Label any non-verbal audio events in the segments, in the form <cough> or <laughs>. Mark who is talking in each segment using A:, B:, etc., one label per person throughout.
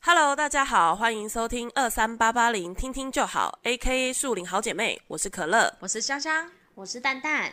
A: Hello，大家好，欢迎收听二三八八零，听听就好，A.K.A 树林好姐妹，我是可乐。
B: 我是香香，
C: 我是蛋蛋。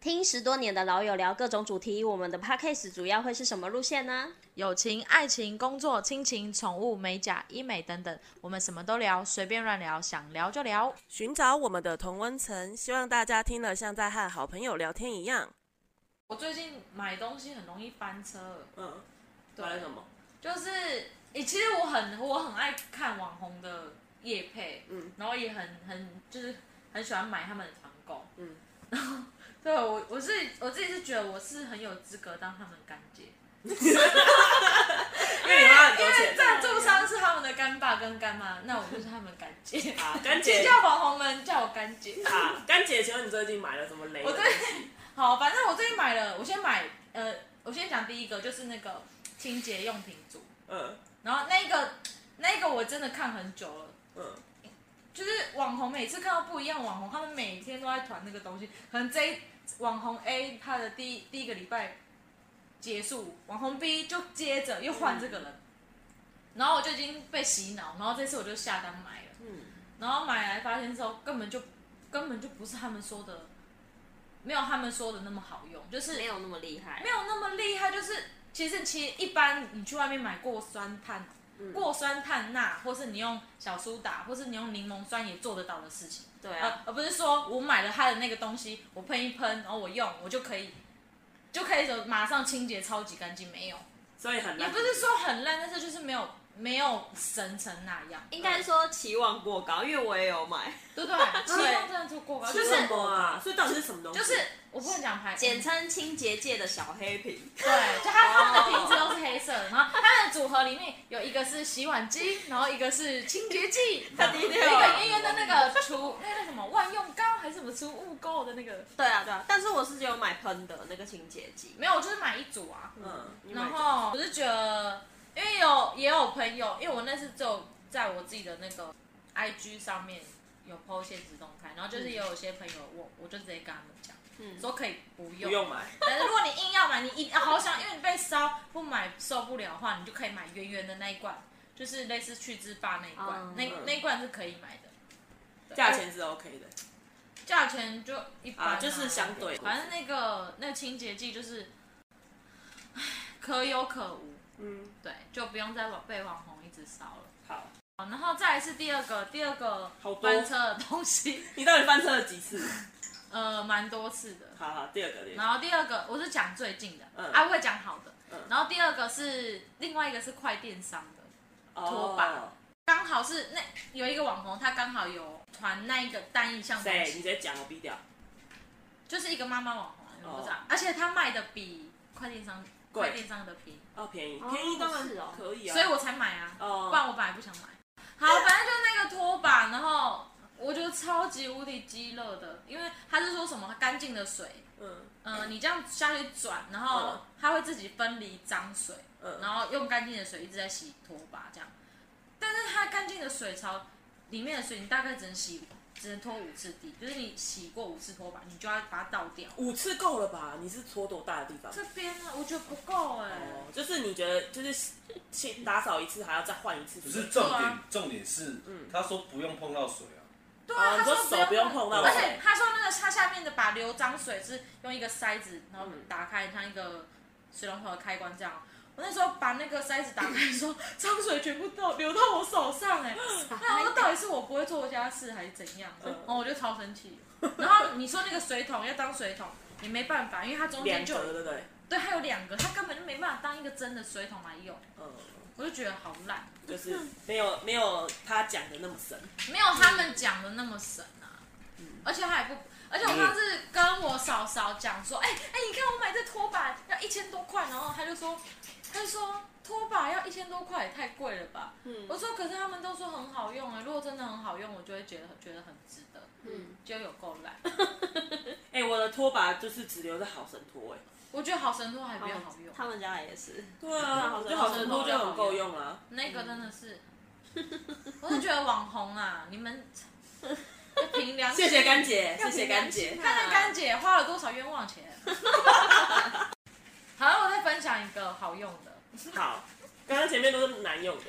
C: 听十多年的老友聊各种主题，我们的 podcast 主要会是什么路线呢？
B: 友情、爱情、工作、亲情、宠物、美甲、医美等等，我们什么都聊，随便乱聊，想聊就聊。
A: 寻找我们的同温层，希望大家听了像在和好朋友聊天一样。
B: 我最近买东西很容易翻车，
A: 嗯，
B: 对买了什么？就是诶、其实我很我很爱看网红的夜配，
A: 嗯，
B: 然后也很很就是很喜欢买他们的团购，
A: 嗯，
B: <laughs> 然后对我我自己我自己是觉得我是很有资格当他们干姐，
A: 因为你花很
B: 因为赞助商是他们的干爸跟干妈，那我就是他们干姐。
A: <laughs> 啊，干
B: <laughs> 请叫网红们叫我干姐。
A: 啊，干姐，请问你最近买了什么雷
B: 我最好，反正我最近买了，我先买呃，我先讲第一个，就是那个清洁用品组，
A: 嗯
B: 然后那个那个我真的看很久了。
A: 嗯，
B: 就是网红每次看到不一样网红，他们每天都在团那个东西。可能这一网红 A 他的第一第一个礼拜结束，网红 B 就接着又换这个人，然后我就已经被洗脑，然后这次我就下单买了。
A: 嗯
B: 然后买来发现之后，根本就根本就不是他们说的，没有他们说的那么好用，就是
C: 没有那么厉害
B: 没，有那么厉害，就是其实其实一般你去外面买过酸炭、
C: 嗯
B: 过酸炭钠，或是你用小苏打，或是你用柠檬酸也做得到的事情，
C: 对
B: 而、
C: 啊，
B: 而不是说我买了它的那个东西，我喷一喷，然后我用我就可以就可以走马上清洁超级干净，没有，
A: 所以很
B: 也不是说很烂，但是就是没有没有神成那样，
C: 应该说期望过高，因为我也有买，
B: 对
C: <laughs>
B: 不对？期望真的做过高，就是
C: 什
A: 么啊？所以到底是什么东西？
B: 就是我不能讲牌，
C: 简称清洁界的小黑瓶。
B: 对，就它它们的瓶子都是黑色的，然后它们的组合里面有一个是洗碗机，然后一个是清洁剂，
C: 它第一
B: 有一个圆圆的那个除那个叫什么万用膏还是什么除污垢的那个，
C: 对啊对啊，但是我是只有买喷的那个清洁剂，
B: 没有，我就是买一组啊，
A: 嗯，你买
B: 然后我就觉得，因为有也有朋友，因为我那次只有在我自己的那个 IG 上面有 PO 现实动态，然后就是也有些朋友我我就直接跟他们讲，
C: 嗯
B: 说可以
A: 不用买，
B: <laughs> 但是如果你硬要买，你一定好想，因为你被烧不买受不了的话，你就可以买圆圆的那一罐，就是类似去之霸那一罐，
A: 哦
C: 嗯
B: 那那一罐是可以买的。对
A: 价钱是 OK 的。
B: 价钱就一般、
A: 啊就是相对
B: 反正那个那个清洁剂就是，唉，可有可无，
A: 嗯，
B: 对，就不用再网被网红一直烧了。
A: 好，
B: 好，然后再来是第二个，第二个
A: 好多
B: 翻车的东西，
A: 你到底翻车了几次？
B: 呃，蛮多次的。
A: 好好，第二个，第二个
B: 然后第二个我是讲最近的，
A: 嗯
B: 啊，我会讲好的。
A: 嗯
B: 然后第二个是另外一个是快电商的，拖把
A: 哦
B: 刚好是那有一个网红，他刚好有传那一个单一项东
A: 谁？你直
B: 西，
A: 接讲，我逼掉。
B: 就是一个妈妈网红，
A: 哦
B: 我不知道，而且他卖的比快电商
A: 贵
B: 快电商的便宜，
A: 哦，便宜，
C: 哦
A: 便宜当然
C: 是哦
A: 可以啊。
B: 所以我才买啊，不
A: 哦，
B: 然我本来不想买。好，反正就那个拖把，然后我觉得超级无敌鸡肋的，因为他是说什么干净的水，
A: 嗯
B: 嗯、你这样下去转，然
A: 嗯
B: 后它会自己分离脏水。
A: 嗯，
B: 然后用干净的水一直在洗拖把这样，但是它干净的水槽里面的水，你大概只能洗，只能拖五次地，就是你洗过五次拖把，你就要把它倒掉。
A: 五次够了吧？你是搓多大的地方？
B: 这边呢，我觉得不够哎、
A: 哦，就是你觉得就是去打扫一次还要再换一次
D: 只
A: 水，
D: 是重
B: 对
D: 点
B: 啊，
D: 重点是，他说不用碰到水啊，
B: 对啊，
A: 哦
B: 他
A: 你说手
B: 说
A: 不用碰到
B: 而
D: 水
B: 且他说那个它下面的把流脏水是用一个塞子，然后
A: 嗯
B: 打开像一个水龙头的开关这样。我那时候把那个塞子打开的时候，脏水全部都流到我手
A: <laughs>
B: 上哎、那我到底是我不会做家事还是怎样？
A: 嗯
B: 然后我就超生气。然后你说那个水桶要当水桶也没办法，因为它中
A: 两
B: 间就
A: 格对不对？
B: 对它有两个，它根本就没办法当一个真的水桶来用。
A: 嗯，
B: 我就觉得好烂，
A: 就是没有没有他讲的那么深。
B: 没有他们讲的那么神啊。而且它也不，而且我上次跟我嫂嫂讲说，哎、哎、你看我买这拖把要一千多块，然后她就说，她就说拖把要一千多块也太贵了吧？
C: 嗯
B: 我说可是他们都说很好用哎、如果真的很好用，我就会觉得觉得很值得。
C: 嗯，
B: 就有够烂。
A: 哎、我的拖把就是只留着好神拖哎、
B: 我觉得好神拖还比较好用，
C: 他们家也是，
A: 对啊，我觉得好神拖就很够用啊。
B: 那个真的是，我是觉得网红啊，你们凭良心
A: 谢谢干姐，
B: 要
A: 谢谢
B: 凭
A: 干姐
B: 良心。看看干姐花了多少冤枉 <laughs> 钱。好，我再分享一个好用的，
A: <laughs> 好，刚刚前面都是难用的，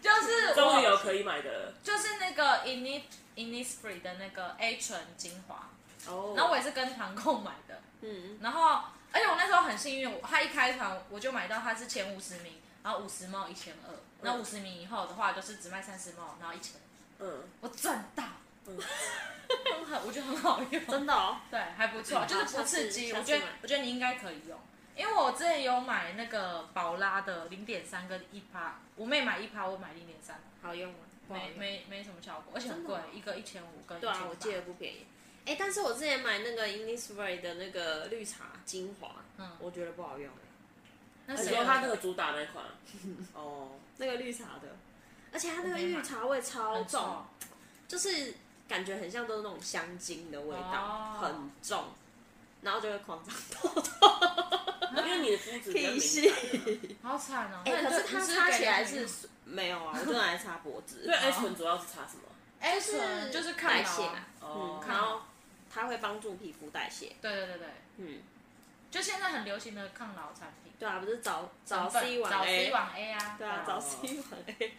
B: 就是
A: 终于有
B: 我
A: 可以买的了。
B: 就是那个 Inis Innisfree 的那个 A 醇精华，
A: 哦
B: 然后我也是跟团购买的，
C: 嗯，
B: 然后而且我那时候很幸运，我他一开团我就买到它是前五十名，然后五十毛一千二，那五十名以后的话就是只卖三十毛，然后一千，
A: 嗯，
B: 我赚到，
A: 嗯
B: <laughs> 很好，我觉得很好用，
C: 真的哦，
B: 对，还不错，
C: 嗯
B: 就是不
C: 好
B: 刺激。
C: 下次
B: 我觉得
C: 下次买
B: 我觉得你应该可以用，因为我之前有买那个宝拉的零点三跟一趴，我妹买一趴，我买零点三，
C: 好用吗？不好
B: 啊没
C: 用
B: 没没什么效果，而且很
C: 哦真的
B: 贵
C: 吗，
B: 一个一千五跟
C: 对啊，
B: 1800
C: 我记得不便宜。哎、但是我之前买那个 Innisfree 的那个绿茶精华，
B: 嗯
C: 我觉得不好用、欸
B: 那
A: 你
B: 谁啊
A: 说
B: 有
A: 它那个主打那款，
C: 哦，那个绿茶的，而且它
B: 我
C: 那个
B: 没买
C: 绿茶味超
B: 很
C: 重，就是感觉很像都是那种香精的味道，
B: 哦
C: 很重，然后就会 <laughs> 狂长痘痘。
A: 因为你的肤质比较
C: 体
A: 敏
C: 系
A: 感啊。
B: 好惨哦。
C: 哎、
B: 那你
C: 可是
B: 就
C: 它
B: 你
C: 擦起来
B: 给人
C: 是没有啊，我就拿来擦脖子。
A: 对，A 醇主要是擦什么？
B: 哎
C: 就是
B: 是就是看
C: 代
B: 毛啊
C: 谢嘛，
A: 哦
C: 嗯，
B: 看
C: 然
B: 毛
C: 后它会帮助皮肤代谢。
B: 对对对对，
C: 嗯，
B: 就现在很流行的抗老产品，
C: 对啊，不是早早
B: 成
C: C
B: 分
C: 晚
B: 早
C: A，
B: C 晚 A 啊，
C: 对啊，早
A: 早
C: C 晚 A。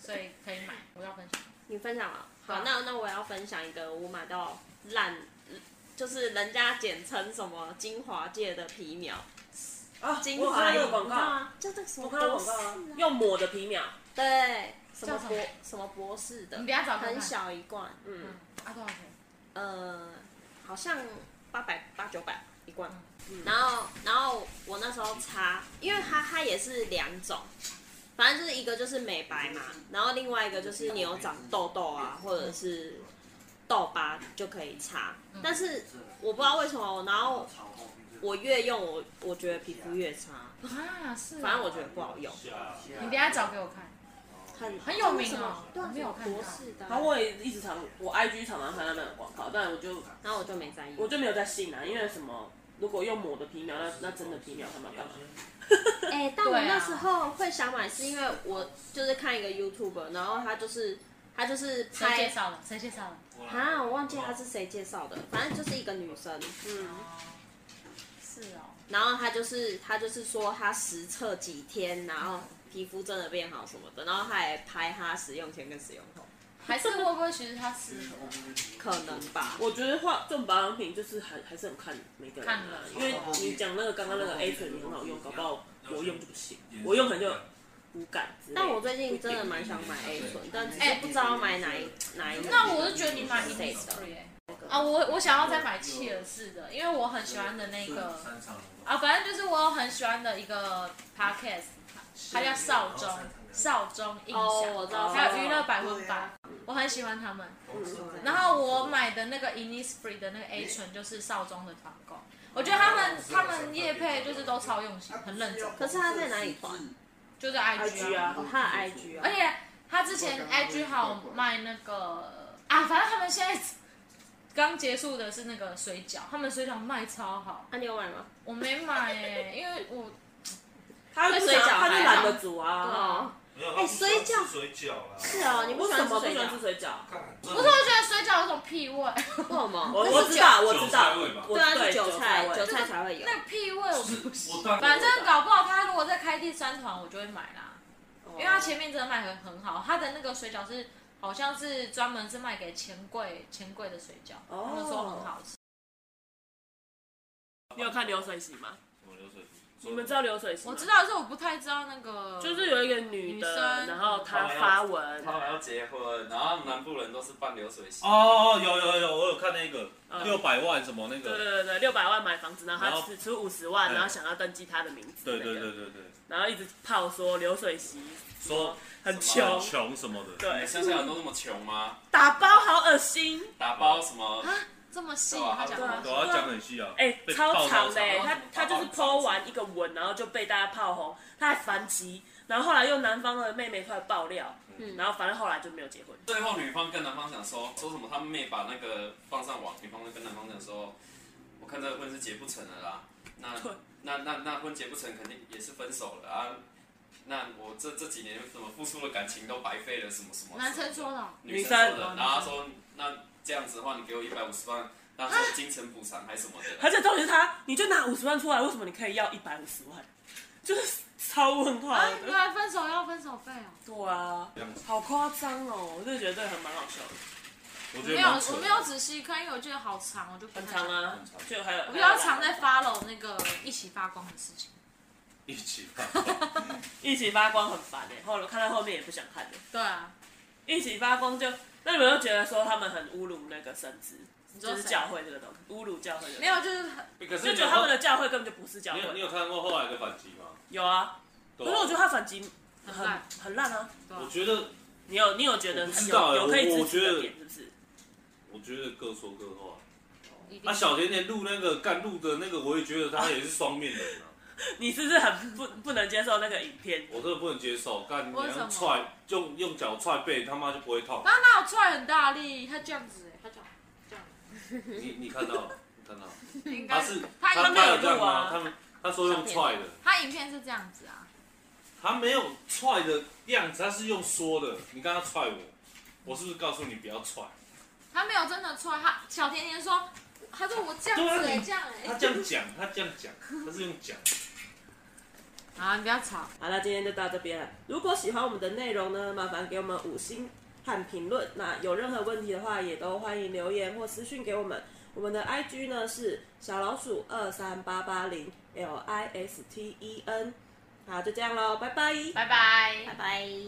B: 所以可以买，我要分享。
C: <laughs> 你分享了，
B: 好
C: 好，那那我要分享一个我买到烂，就是人家简称什么精华界的皮秒，
A: 啊
C: 精
A: 我
C: 华
A: 看到那
C: 液
A: 个广告，，
C: 就这个什么
A: 我看到
C: 博
A: 广
C: 士
A: 告啊
C: 啊，
A: 用抹的皮秒，
C: 对，什
B: 叫
C: 么
B: 什么
C: 博什么博士的
B: 你等，一下找看
C: 很
B: 看，
C: 小一罐，
B: 嗯
A: 嗯，，
B: 啊多少钱？
C: 呃，好像八百八九百一罐
B: 嗯，
C: 然后然后我那时候擦，因为它它也是两种。反正就是一个就是美白嘛，
B: 嗯
C: 然后另外一个就是你有长痘痘啊，或者是痘疤就可以擦。
B: 嗯
C: 但是我不知道为什么，然后我越用我我觉得皮肤越差，
B: 啊是哦，
C: 反正我觉得不好用，
B: 你等一下找给我看。
C: 很
B: 很有名哦
C: 什么对啊，
B: 没有
C: 什么博
B: 看到
C: 士的
A: 然
C: 啊
A: 后，我也一直常我 IG 常常看到那种广告，但我就
C: 然后我就没在意。
A: 我就没有在信啊，因为什么？如果用抹的皮秒，那那真的皮秒干嘛干嘛？
C: 哎、但我
B: 对啊
C: 那时候会想买，是因为我就是看一个 YouTube，然后他就是他就是
B: 谁介
C: 拍
B: 绍的？谁介绍的？
C: 啊，我忘记他是谁介绍的，反正就是一个女生，
A: 嗯，
B: 是哦，
C: 然后他就是他就是说他实测几天，然后皮肤真的变好什么的，然后他还拍他使用前跟使用后，
B: 还是会不会其实它适合？
C: 可能吧。
A: 我觉得化这种保养品就是还还是很看每个人
B: 看
A: 啊
B: 人，
A: 因为你讲那个刚刚那个 A 醇很好用，搞不好我用就不行，我用可能就无感之类的。
C: 但我最近真的蛮想买 A 醇，但只是不知道买哪一哪一个。
B: 那我就觉得你买
C: 谁
B: Innisfree 哎啊，我我想要再买契尔氏的，因为我很喜欢的那个啊，反正就是我有很喜欢的一个 podcast，它叫少中少中印
C: 哦，我
B: 象，
C: 知道，啊
B: 还有娱乐百分百，我很喜欢他们。然后我买的那个 Innisfree 的那个 A 醇就是少中的团购，哦我觉得他们他们业配就是都超用心，很认真，
C: 可是他在哪里团？
B: 就在 IG
A: IG 啊
C: 哦，他的 IG
B: 而
C: 啊，
B: 且他之前 IG 还有卖那个啊，反正他们现在刚结束的是那个水饺，他们水饺卖超好，
C: 那、你有买吗？
B: 我没买哎、因为我
A: 他就不想，他就懒得煮
B: 对
A: 啊。
C: 哦，
D: 哎
C: 水饺
D: 水饺啦，
C: 是哦，你不
A: 为
C: 喜
A: 什
C: 欢
A: 么
C: 吃
A: 不
C: 水
A: 喜欢
C: 饺
A: 吃？水饺？
D: 不
B: 不是我觉得水饺有种屁味，
C: 为什么？
A: 我哦我知道，我知道
D: 韭菜味吧，
A: 我
C: 对啊，是
A: 对
C: 韭菜，韭
A: 韭
C: 菜才会有。
B: 那屁味我不喜
D: 我断
B: 反正搞不好他如果再开第三团，我就会买啦，因为他前面真的卖很很好，他的那个水饺是好像是专门是卖给钱柜钱柜的水饺，
A: 哦
B: 他们说很好吃。
A: 你有看流水席吗？
D: 流水席
A: 你们知道流水席吗？
B: 我知，道，但是我不太知道那个，
A: 就是有一个女
B: 女
A: 的，
B: 生
A: 然后她发文，
E: 他们要结婚，然后南部人都是办流水席，
D: 哦哦，有有有，我有看那个
A: 嗯
D: 六百万什么那
A: 对
D: 个，
A: 对对，六百万买房子，然后
D: 然
A: 她
D: 后
A: 只出五十万，
D: 嗯
A: 然后想要登记她的名字，
D: 对对对，对对，
A: 然后一直泡说流水席
D: 说
A: 很
E: 什么
A: 穷
D: 很，穷什么的，
A: 对，
E: 哎乡下人都那么穷吗？
A: 打包好恶心，
E: 打包什么？
B: 这么细，
E: 对啊
B: 他讲
E: 对啊
B: 话
D: 对，要讲得很细啊，
A: 哎、
D: 被
A: 超
D: 爆
A: 长的、
D: 超
A: 他他就是剖完一个文，然后就被大家炮轰，他还反击，然后后来又男方的妹妹出来爆料，
D: 嗯
A: 然后反正后来就没有结婚。
E: 最后女方跟男方讲说，说什么他妹把那个放上网，女方就跟男方讲说，我看这个婚是结不成了啦，那
A: 对
E: 那那那婚结不成，肯定也是分手了啊。那我这这几年怎么付出的感情都白费了，什么什么？
B: 男生说的哦，
E: 女生
A: 女
E: 说
A: 生
E: 的，然后他说那这样子的话，你给我一百五十万，那说精神补偿还是什么的。
A: 而且重点是他，你就拿五十万出来，为什么你可以要一百五十万？就是超问号
B: 啊，原
A: 的。
B: 来分手要分手费哦。
A: 对啊，好夸张哦！我真的觉得这个还蛮好笑的，
D: 我觉
B: 没
D: 得
B: 有，
D: 蛮扯
B: 我
D: 的
B: 没有仔细看，因为我觉得好长，我就不
A: 很
B: 太
A: 长
B: 想。
A: 啊，就还有
B: 我比较常在 follow 那个一起发光的事情。
D: <laughs> 一起吧。
A: 一起发光很烦哎、后来看到后面也不想看了。
B: 对啊，
A: 一起发光就，那你们就觉得说他们很侮辱那个神职，
B: 说
A: 就
B: 谁
A: 是教会这个东西，侮辱教会的，
B: 没有，就是很
E: 可是
A: 就觉得他们的教会根本就不是教
D: 你
A: 会
D: 有你。有看过后来的反击吗？
A: 有啊，可
D: 对
A: 是
D: 啊
A: 我觉得他反击
B: 很烂。
A: 很烂啊。
B: 对
D: 我
B: 啊，
D: 觉得
A: 你有你有觉得
D: 我不知道
A: 有
D: 欸
A: 有可以支持
D: 我我觉
A: 的
D: 得
A: 点是不是？
D: 我觉得各说各话。
B: 一定
D: 啊，小甜甜录那个干录的那个，我也觉得他也是双面人啊，
A: 你是不是很不不能接受那个影片？
D: 我真的不能接受。干，你
B: 为什么
D: 要踹用用脚踹背，他妈就不会痛。
B: 他哪有踹很大力？他这样子哎，他这样这样，
D: 你你看到了，你看到了，
B: 嗯应
D: 他
B: 该
D: 是
B: 他
D: 他
B: 应
A: 该
D: 他
A: 有
D: 有这样
A: 录啊
D: 吗？他们他说用踹的，
B: 他影片是这样子啊。
D: 他没有踹的样子，他是用说的。你刚刚踹我，我是不是告诉你不要踹？
B: 他没有真的踹，他小甜甜说，他说我这样子
D: 对啊
B: 哎、
D: 你
B: 这样哎、
D: 他这样讲，他这样讲，他是用讲。
B: 啊，你不要吵。
C: 好，那今天就到这边了。如果喜欢我们的内容呢，麻烦给我们五星和评论。那有任何问题的话，也都欢迎留言或私讯给我们。我们的 IG 呢是小老鼠二三八八零 L I S T E N。好，就这样喽，拜拜，
B: 拜拜。
C: 拜。